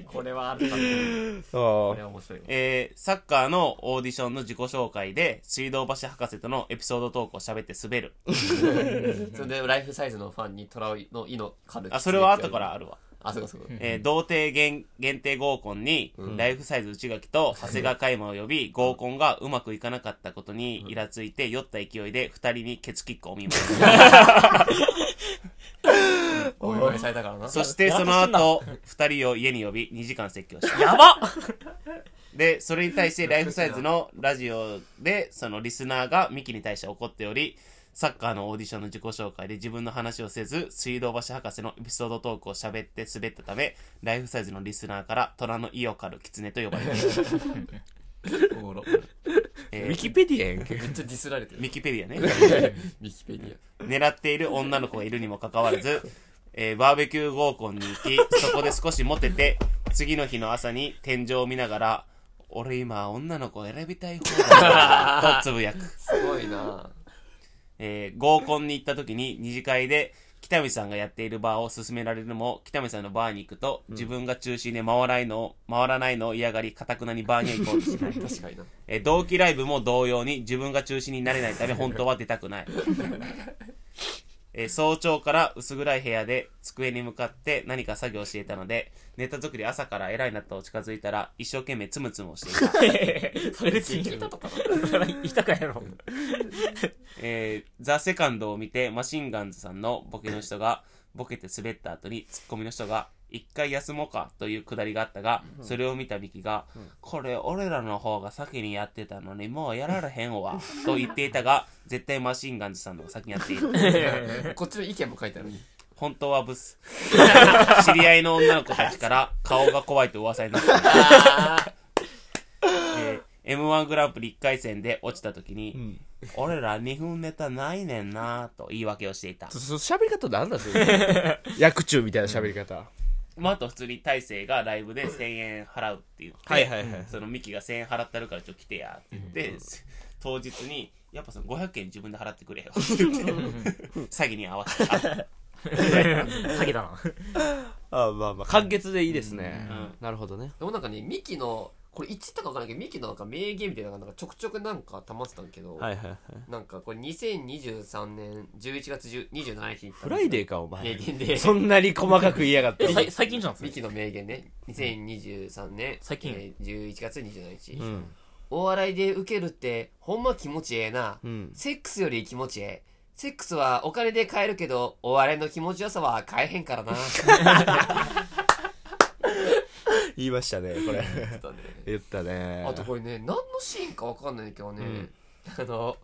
Speaker 2: これはあったこれ
Speaker 1: あ
Speaker 2: は面白いわ
Speaker 4: えーサッカーのオーディションの自己紹介で、水道橋博士とのエピソードトークを喋って滑る。
Speaker 2: それでライフサイズのファンにトラの意のカル
Speaker 4: あ、それは後からあるわ。
Speaker 2: あそうかそうか
Speaker 4: えー童貞限限定合コンに、ライフサイズ内垣と長谷川海馬を呼び、合コンがうまくいかなかったことにイラついて、酔った勢いで二人にケツキックを見ます。
Speaker 2: お祝いされたからな
Speaker 4: そしてその
Speaker 3: やっぱ
Speaker 4: 後、二人を家に呼び、2時間説教した。
Speaker 3: やばっ
Speaker 4: で、それに対してライフサイズのラジオで、そのリスナーがミキに対して怒っており、サッカーのオーディションの自己紹介で自分の話をせず、水道橋博士のエピソードトークを喋って滑ったため、ライフサイズのリスナーから虎のイオカルキツネと呼ばれました。
Speaker 2: おもろ
Speaker 4: え
Speaker 1: ウィ
Speaker 4: ー
Speaker 1: キペディアやんけ
Speaker 2: めっちゃディスられて
Speaker 4: ウ
Speaker 2: る
Speaker 4: ィキペディアね。
Speaker 2: ミキペディア
Speaker 4: 狙っている女の子がいるにもかかわらず、えーバーベキュー合コンに行き、そこで少しモテて、次の日の朝に天井を見ながら、俺今女の子を選びたい方だとつぶやく。
Speaker 2: すごいな
Speaker 4: えー合コンに行った時に二次会で、北見さんがやっているバーを勧められるも、北見さんのバーに行くと、自分が中心で回らないのを、回らないのを嫌がり、かたくなにバーには行こうとしない。
Speaker 2: 確かにな
Speaker 4: えー同期ライブも同様に自分が中心になれないため本当は出たくない、えー早朝から薄暗い部屋で机に向かって何か作業をしていたので寝た時で朝から偉いなと近づいたら一生懸命つむつむをしていた、
Speaker 3: それ別に
Speaker 2: 聞いたとかな
Speaker 3: それ言いたくないやろ。
Speaker 4: えーザ・セカンドを見てマシンガンズさんのボケの人がボケて滑った後にツッコミの人が一回休もうかというくだりがあったが、それを見たミキが、これ俺らの方が先にやってたのにもうやられへんわ、と言っていたが、絶対マシンガンズさんの方が先にやっている。
Speaker 2: こっちの意見も書いてある
Speaker 4: 本当はブス。 知り合いの女の子たちから顔が怖いと噂になった。えー M1 グランプリ1回戦で落ちた時に、俺ら2分ネタないねんなと言い訳をしていた。
Speaker 1: そ そ喋り方なんだそ れ薬中みたいな喋り方、
Speaker 4: まあ、あと普通に大勢がライブで1000円払うって言って、
Speaker 1: はいはいはい
Speaker 4: そのミキが1000円払ってるからちょっと来てやって言って、当日に、やっぱその500円自分で払ってくれよって言って、詐欺に合わせ た。
Speaker 3: 詐欺だな。
Speaker 1: あまあまあ簡潔でいいですね、なるほどね
Speaker 2: でもなんかねミキのこれ1とかわからんけどミキのなんか名言みたいなのがなんかちょくちょくなんか溜まってたんだけど、
Speaker 1: はいはいはい
Speaker 2: なんかこれ2023年11月10 27日に
Speaker 1: フライデ
Speaker 2: ー
Speaker 1: ーかお前
Speaker 2: 名言で
Speaker 1: そんなに細かく言いやがって
Speaker 3: さい最近じゃん、それ
Speaker 2: ミキの名言ね2023年
Speaker 3: 最近
Speaker 2: えー11月27日、
Speaker 1: うん
Speaker 2: お笑いで受けるってほんま気持ちええな、
Speaker 1: うん
Speaker 2: セックスより気持ちええセックスはお金で買えるけどお笑いの気持ちよさは買えへんからな
Speaker 1: 言いましたねこれ 言ったね
Speaker 2: あとこれね何のシーンか分かんないけどね、
Speaker 1: ん
Speaker 2: あの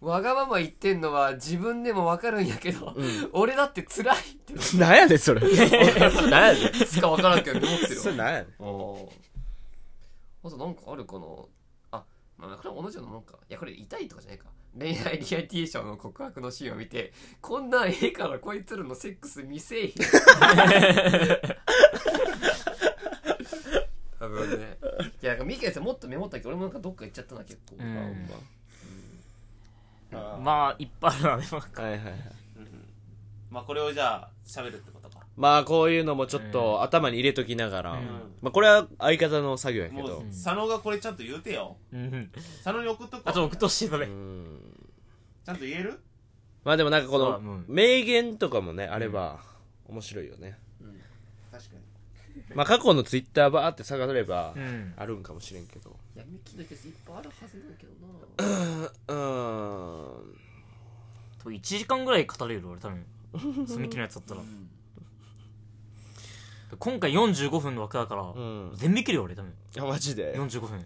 Speaker 2: わがまま言ってんのは自分でも分かるんやけど、俺だって辛いって
Speaker 1: 何やねんそれ 何やねん
Speaker 2: しか分からんけど思ってる
Speaker 1: それ何やねん
Speaker 2: わあとなんかあるかなあまあこれは同じようなもんかいやこれ痛いとかじゃないか恋愛リアリティショーの告白のシーンを見てこんなんええからこいつらのセックス見せえへん多分ねいやなんかミケさんもっとメモったけど俺もなんかどっか行っちゃったな結構、
Speaker 3: うん
Speaker 2: まあ
Speaker 3: まあ、いっぱいあるな、でもなんか。
Speaker 1: はいはいはい
Speaker 4: まあこれをじゃあ喋るってことか。
Speaker 1: まあこういうのもちょっと頭に入れときながら、
Speaker 3: うん
Speaker 1: まあこれは相方の作業やけ
Speaker 4: もう
Speaker 1: ど、
Speaker 4: 佐野がこれちゃんと言うてよ。
Speaker 3: うん。
Speaker 4: 佐野に送っとく
Speaker 3: あ、
Speaker 4: わ
Speaker 3: ちょ、送ってほしい、それ
Speaker 1: う。ん、
Speaker 4: ちゃんと言える
Speaker 1: まあでもなんかこ
Speaker 3: そう
Speaker 1: の
Speaker 3: だうん
Speaker 1: 名言とかもねあれば面白いよね、
Speaker 4: 確かに。
Speaker 1: まあ過去のツイッターバーって探せれば
Speaker 3: うん。
Speaker 1: あるんかもしれんけど
Speaker 2: いやミキのやついっぱいあるはずなんだけど
Speaker 1: う
Speaker 2: な
Speaker 1: ーん
Speaker 3: と1時間ぐらい語れる、俺多分。みきのやつだったら。今回45分の枠だから、
Speaker 1: ん
Speaker 3: 全見切るよ、俺多分。
Speaker 1: あマジで
Speaker 3: 45分。
Speaker 1: い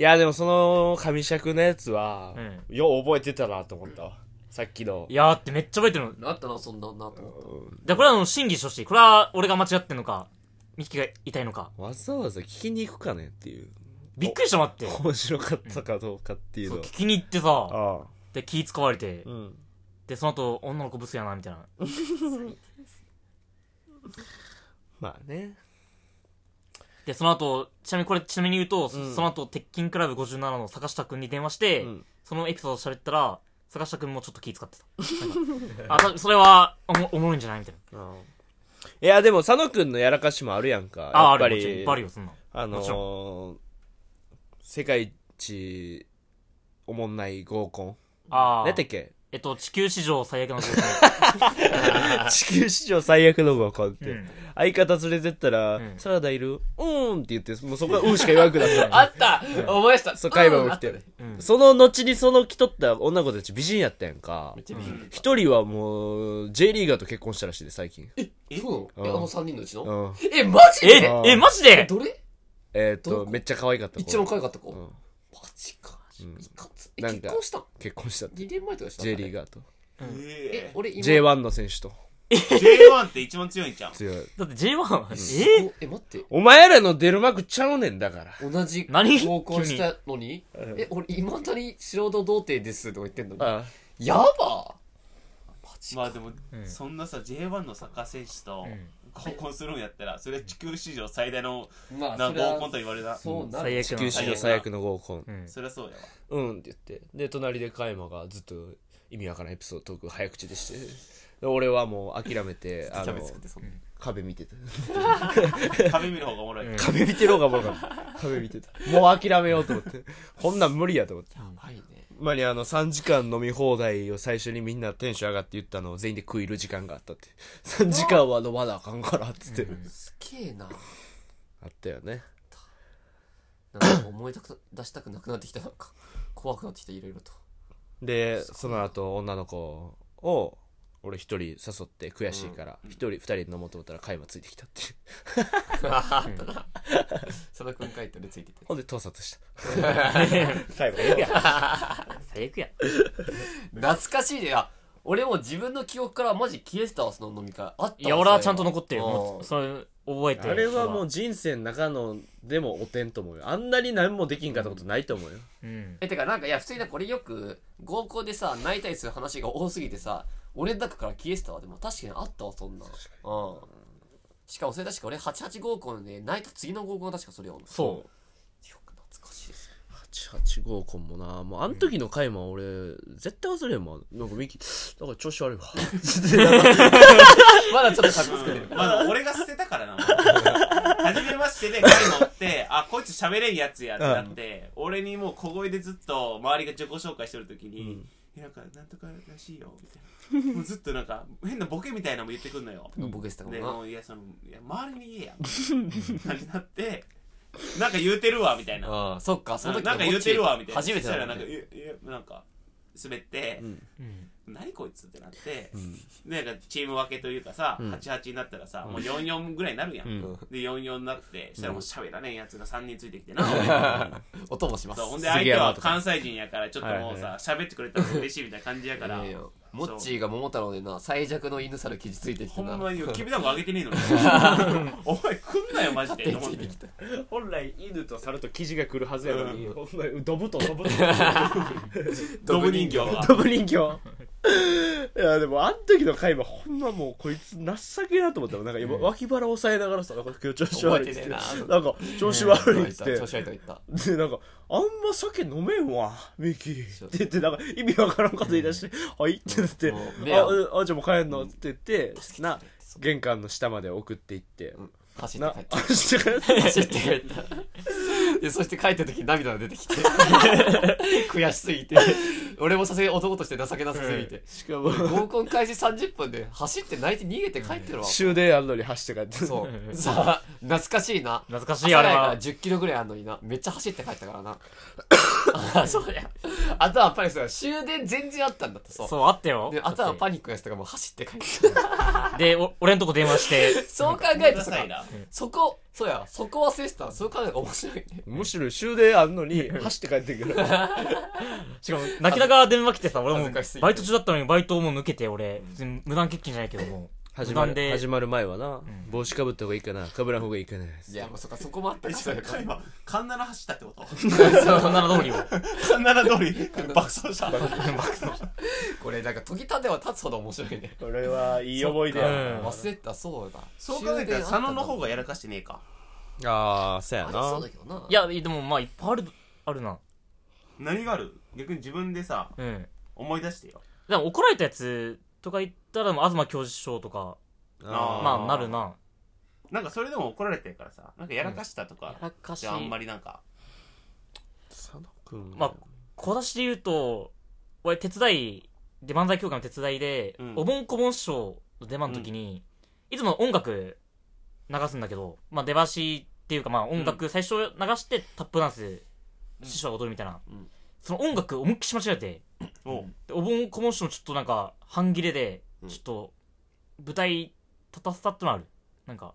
Speaker 1: やでもその紙尺のやつは、
Speaker 3: う
Speaker 1: よう覚えてたなと思ったわさっきの
Speaker 3: いやーってめっちゃ覚えてるの。
Speaker 2: あったなそんなんなと思った
Speaker 3: じゃあこれはあの審議してほしい。これは俺が間違ってんのか、ミキが痛いのか。
Speaker 1: わざわざ聞きに行くかねっていう
Speaker 3: びっくりした、待って。
Speaker 1: 面白かったかどうかっていう
Speaker 3: そう
Speaker 1: の
Speaker 3: 聞きに行ってさ、
Speaker 1: ああ
Speaker 3: で気使われて、
Speaker 1: うん
Speaker 3: で、その後女の子ブスやな、みたいな。
Speaker 1: まあね
Speaker 3: で、その後、ちなみにこれ、ちなみに言うと、そ
Speaker 1: うん
Speaker 3: その後、鉄筋クラブ57の坂下くんに電話して、
Speaker 1: うん
Speaker 3: そのエピソード喋ったら、 坂下くんもちょっと気使ってた。なんかあ、たそれはおも、おもろいんじゃないみたいな。
Speaker 1: あいや、でも、佐野くんのやらかしもあるやんか。
Speaker 3: あ、
Speaker 1: や
Speaker 3: あ
Speaker 1: っぱ
Speaker 3: るもちろんい
Speaker 1: り
Speaker 3: っぱいあるよ、そんなの。
Speaker 1: あの
Speaker 3: もち
Speaker 1: ー、世界一、おもんない合コン。何
Speaker 3: ああ
Speaker 1: やっ。たっけ
Speaker 3: えっと、地球史上最悪の合コン
Speaker 1: 地球史上最悪の合コンって。
Speaker 3: うん
Speaker 1: 相方連れてったら、
Speaker 3: ん
Speaker 1: サラダいるうーんって言って、もうそこはうーしか言わんくなった。
Speaker 2: あった思い出した
Speaker 1: そう、海馬も来
Speaker 2: あ
Speaker 1: て
Speaker 2: ったね
Speaker 1: る。
Speaker 3: うん
Speaker 1: その後にその来とった女の子たち美人やったやんか
Speaker 2: めっ。ちゃ美人
Speaker 1: 一人はもう、J リーガーと結婚したらしいで、最近。
Speaker 2: えそうなのえあ
Speaker 1: うん
Speaker 2: の3人のうち
Speaker 1: う
Speaker 2: の
Speaker 1: ん。
Speaker 2: えマジ
Speaker 3: え
Speaker 2: で
Speaker 1: あー
Speaker 3: え、マジ
Speaker 2: え
Speaker 3: で
Speaker 2: どれ
Speaker 1: えーっ
Speaker 2: ど
Speaker 1: と、
Speaker 2: こ
Speaker 1: めっちゃ可愛かった子。
Speaker 2: 一番可愛かった子
Speaker 1: う
Speaker 2: マ
Speaker 1: ん
Speaker 2: ジか
Speaker 1: うん
Speaker 2: いかつえ
Speaker 1: なんか
Speaker 2: 結婚したの
Speaker 1: 結婚したって。
Speaker 2: 2年前とかした
Speaker 1: J リー
Speaker 2: が
Speaker 1: ガーと。
Speaker 2: え
Speaker 4: え
Speaker 2: 俺今
Speaker 1: J1 の選手と。
Speaker 4: ー J1 って一番強いんちゃう
Speaker 1: 強い。
Speaker 3: だって J1 は、え
Speaker 2: ええ待って
Speaker 1: お前らの出る幕ちゃうねんだから。
Speaker 2: 同じ
Speaker 3: 何
Speaker 2: 合コンしたのに
Speaker 1: に
Speaker 2: え俺いまだに素人童貞ですとか言ってんのに
Speaker 1: あ
Speaker 2: やば
Speaker 4: まあでも、
Speaker 3: うん
Speaker 4: そんなさ J1 のサッカー選手と
Speaker 3: うん
Speaker 4: 合コンするんやったらそれ地球史上最大の
Speaker 2: ま
Speaker 4: な
Speaker 2: それは
Speaker 4: 合コンと言われた
Speaker 2: そうな
Speaker 3: 最
Speaker 2: る
Speaker 3: 悪
Speaker 1: 地
Speaker 3: の
Speaker 1: 球史上最悪の合コン
Speaker 3: う。ん
Speaker 4: そりゃそうやわ
Speaker 1: うんって言って。で、隣でカイマがずっと意味わからんエピソードトーク早口でして。で俺はもう諦めて、あ
Speaker 2: キャ
Speaker 1: の
Speaker 2: ベツ、食ってそんな
Speaker 1: 壁見てた。
Speaker 4: 壁見る方がおもろい、
Speaker 3: うん
Speaker 1: 壁見てる方がもうかった。壁見てた。もう諦めようと思って。こんなん無理やと思って。
Speaker 2: やばいね
Speaker 1: ほんまにあの、3時間飲み放題を最初にみんなテンション上がって言ったのを全員で食いる時間があったって。3時間は飲まなあかんからってって。
Speaker 2: すげえな
Speaker 1: あったよね。
Speaker 2: なんか思い出く出したくなくなってきたなんか怖くなってきたいろいろと
Speaker 1: でその後女の子を俺一人誘って悔しいから一人二人飲もうと思ったら海馬ついてきたっていう
Speaker 2: あったな佐野くん書いたでついてて
Speaker 1: ほんで盗撮した 海馬いや
Speaker 3: 最悪や。
Speaker 2: 懐かしいねあ俺も自分の記憶からマジ消えてたわその飲み会あったわ
Speaker 3: いや、俺はちゃんと残ってるよ。
Speaker 2: そういうの
Speaker 3: もう、それ、覚えて
Speaker 1: あ
Speaker 3: る
Speaker 1: れはもう、人生の中のでもおてんと思うよあんなに何もできんかったことないと思うよ
Speaker 3: うん。
Speaker 2: えてかなんかいや普通になんか俺よく合コンでさ泣いたりする話が多すぎてさ俺の中から消えてたわでも確かにあったわそんなんうんしかもそれ確か俺88合コンで泣いた次の合コンは確かそれを
Speaker 3: そ
Speaker 2: よく懐かしいです
Speaker 1: 88合コンもなもうあの時の海馬俺絶対忘れんもんなんかミキなんか調子悪いわ
Speaker 2: まだちょっと格好つけてる
Speaker 4: まだ俺が捨てたからな もう初めましてで彼乗ってあこいつ喋れんやつやってなって、俺にもう小声でずっと周りが自己紹介してる時に、えなんかなんとからしいよみたいなもうずっとなんか変なボケみたいなのも言ってくんのよ
Speaker 2: ボケてたか
Speaker 4: で
Speaker 2: も
Speaker 4: も
Speaker 2: な
Speaker 4: ういやそのいや周りに 言えやみたいな感じになってなんか言うてるわみたいなな
Speaker 2: ああそっかその時
Speaker 4: なんか言うてるわみたいな
Speaker 2: 初めて
Speaker 4: そした
Speaker 2: だも
Speaker 4: らなん
Speaker 2: ん
Speaker 4: か
Speaker 2: ね
Speaker 4: いいやなんか滑って、
Speaker 3: うん。
Speaker 4: 何こいつってなって、でなんかチーム分けというかさ、88になったらさ、もう44ぐらいになるやん、
Speaker 1: ん
Speaker 4: で44になってしたらもう喋らねえやつが3人ついてきてな、 俺
Speaker 2: 音もします
Speaker 4: そうほん
Speaker 2: い
Speaker 4: で相
Speaker 1: 杉
Speaker 4: 手
Speaker 1: 山
Speaker 4: は
Speaker 1: とか
Speaker 4: 関西人やからちょっともうさ喋、ってくれたら嬉しいみたいな感じやから
Speaker 2: やいやモッチーが桃太郎でな最弱の犬猿傷ついてき
Speaker 4: ほ
Speaker 2: てなん
Speaker 4: まに君なんかあげてねえのにお前来んなよマジで
Speaker 2: 手ついてきた
Speaker 1: 本来犬と猿と生地が来るはずやのに、ほんまにドブとドブと
Speaker 4: ドブ人形が
Speaker 1: ドブ人形いやでもあん時の会話ほんまもうこいつ情けなと思ったもんなんか今脇腹押さえながらさなんか今日調子悪いっつって
Speaker 2: 覚えてねえ
Speaker 1: なんか調子悪いっつっ
Speaker 2: 調子
Speaker 1: て
Speaker 2: 悪いとか言った
Speaker 1: でなんかあんま酒飲めんわミキって言ってなんか意味わからんこと言い出して「はい」ってなって
Speaker 2: も
Speaker 1: 「
Speaker 2: う目を
Speaker 1: ああじゃあもう帰んの」って言ってな玄関の下まで送っていって
Speaker 2: 走って
Speaker 1: な
Speaker 2: 帰った
Speaker 1: 走って帰 って
Speaker 2: 走って帰ったでそして帰った時涙が出てきて 悔しすぎて俺もさすがに男として情けなさすぎて、
Speaker 1: しかも
Speaker 2: 合コン開始30分で走って泣いて逃げて帰ってるわ、
Speaker 1: 終電あんのに走って帰って
Speaker 2: そうさあ懐かしいな
Speaker 3: 懐かしい、
Speaker 2: 朝や
Speaker 3: あ
Speaker 2: か
Speaker 3: れ
Speaker 2: ら
Speaker 3: は。
Speaker 2: 10キロぐらいあんのになめっちゃ走って帰ったから なあそうやあとはやっぱりさ終電全然あったんだってそう
Speaker 3: そう、あったよ。
Speaker 2: であとはパニックやつとかもう走って帰った
Speaker 3: で、お俺のとこ電話して、
Speaker 2: そう考え
Speaker 4: く
Speaker 2: て
Speaker 4: だ
Speaker 2: さ
Speaker 4: さいな
Speaker 2: そこそうやそこ忘れてたそう考えたら面白いね
Speaker 1: むしろ終電あんのに走って帰って くる
Speaker 3: しかも、泣きながら電話来てさ、俺
Speaker 2: 恥
Speaker 3: も
Speaker 2: ずかしすぎて
Speaker 3: バイト中だったのにバイトもう抜けて、俺、普通に無断欠勤じゃないけども。
Speaker 1: 始ま
Speaker 3: 無断
Speaker 1: る
Speaker 3: で
Speaker 1: 始まる前はな、帽子かぶった方がいいかなかぶらん方がいいかな、
Speaker 2: いやもうそっかそこもあった
Speaker 4: え
Speaker 2: か
Speaker 4: ち
Speaker 2: そ
Speaker 4: ょ
Speaker 2: う
Speaker 4: っ
Speaker 2: や
Speaker 4: と
Speaker 2: から
Speaker 4: 今カンナラ走ったってこと
Speaker 3: そんなの通りを。
Speaker 4: カンナラ通り爆走した
Speaker 2: これなんか研ぎ立ては立つほど面白いね
Speaker 1: これはいい思い出
Speaker 3: やうん
Speaker 2: 忘れてたそうだ
Speaker 4: そう考えたら佐野の方
Speaker 2: が
Speaker 4: がやらかしてねえか
Speaker 1: ああそうや
Speaker 2: ありそう
Speaker 1: な
Speaker 2: だけどない
Speaker 3: いや、でもまあ、いっぱいある、あるな。
Speaker 4: 何がある逆に自分でさ
Speaker 3: うん。
Speaker 4: 思い出してよ
Speaker 3: でも怒られたやつとか言ったら、もう東教授賞とか、
Speaker 1: あー
Speaker 3: まあ、なるな。
Speaker 4: なんかそれでも怒られてるからさなんかやらかしたと
Speaker 3: や
Speaker 4: から
Speaker 3: かし
Speaker 4: じゃああんまりなんか
Speaker 1: 佐野くん
Speaker 3: まあ小出しで言うと、俺手伝い、で漫才協会の手伝いで、
Speaker 4: うん
Speaker 3: お盆こぼん師匠の出番の時に、いつも音楽流すんだけど、まあ出だしっていうかまあ音楽最初流してタップダンス、師匠が踊るみたいな。
Speaker 4: うん
Speaker 3: その音楽思いっきし間違えて、
Speaker 4: おう
Speaker 3: でお盆こぼん師匠もちょっとなんか半切れで、
Speaker 1: うん
Speaker 3: ちょっと舞台立たせたってのある。なんか、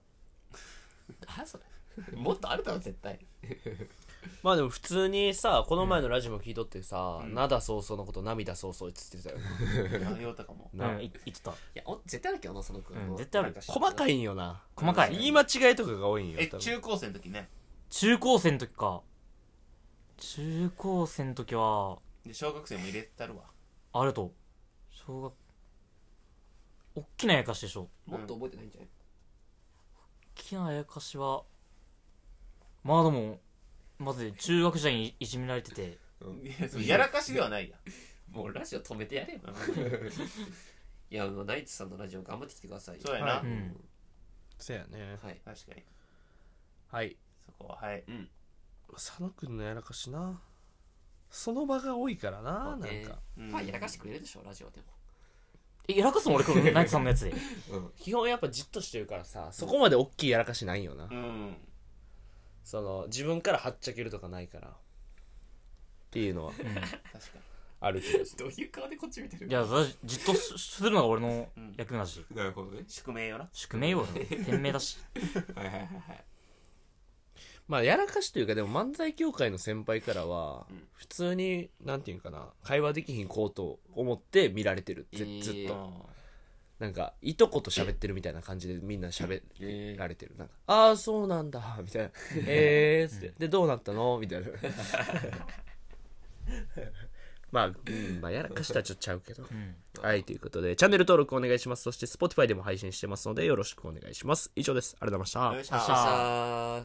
Speaker 2: あそれもっとあるだろ絶対
Speaker 1: まあでも普通にさこの前のラジオも聞いとってさ
Speaker 4: うん
Speaker 1: 涙そうそうのこと涙そうそうって言ってたよ
Speaker 4: 内容とかも
Speaker 3: う、
Speaker 1: なん
Speaker 3: い言ってた。
Speaker 2: いやお絶対あるけどなそのく
Speaker 3: うん絶対ある
Speaker 1: 細か
Speaker 2: い
Speaker 1: いんよな
Speaker 3: 細か
Speaker 1: 言い
Speaker 3: い。
Speaker 1: 間違いとかが多いんよ
Speaker 4: え
Speaker 1: 多分
Speaker 4: 中高生の時ね
Speaker 3: 中高生の時か。中高生の時は、
Speaker 4: で小学生も入れてたるわ
Speaker 3: あれと小学おっきなやかしでしょおっ
Speaker 2: もっと覚えてないんじゃない
Speaker 3: きなやかしはまあでもまず中学時代にいじめられてて
Speaker 4: いやそのやらかしではないや
Speaker 2: もうラジオ止めてやれよいやもうナイツさんのラジオ頑張ってきてくださいよ
Speaker 4: そうやな
Speaker 2: はい
Speaker 3: うん
Speaker 1: そうやね
Speaker 2: はい
Speaker 4: 確かに
Speaker 1: はい
Speaker 4: そこははい
Speaker 1: 佐野くんのやらかしなその場が多いからな
Speaker 2: ま
Speaker 1: な
Speaker 2: あ
Speaker 1: んか
Speaker 2: ね
Speaker 4: うん
Speaker 2: まあやらかしてくれるでしょラジオでも
Speaker 3: えやらかすの俺このナイツさんのやつで
Speaker 1: 基本やっぱじっとしてるからさそこまで大きいやらかしないんよな
Speaker 4: うん
Speaker 1: その自分からはっちゃけるとかないからっていうのは
Speaker 4: 確か
Speaker 1: あるけど
Speaker 2: どういう顔でこっち見てる
Speaker 3: いやだじっとすするのが俺の
Speaker 4: うん
Speaker 3: 役目だし
Speaker 5: なるほどね。
Speaker 4: 宿命よな
Speaker 3: 宿命 よ俺の天命だし
Speaker 5: はいはいはいはい。
Speaker 1: まあやらかしというかでも漫才協会の先輩からは普通になんていうんかな会話できひんこうと思って見られてるず
Speaker 2: ええ
Speaker 1: ずっ
Speaker 2: う
Speaker 1: と
Speaker 4: あ
Speaker 1: なんかいとこと喋ってるみたいな感じでみんな喋
Speaker 2: え
Speaker 1: られてるなんかああそうなんだみたいな「 えー」っつって「でどうなったの?」みたいな まあ、うんまあやらかしたらちょっとちゃうけど
Speaker 3: うん
Speaker 1: はい、ということで、チャンネル登録お願いします。そして、Spotify でも配信してますので、よろしくお願いします。以上です。ありがとうございました。
Speaker 4: ーよいし
Speaker 3: よ
Speaker 4: ょ
Speaker 3: っし
Speaker 2: さあ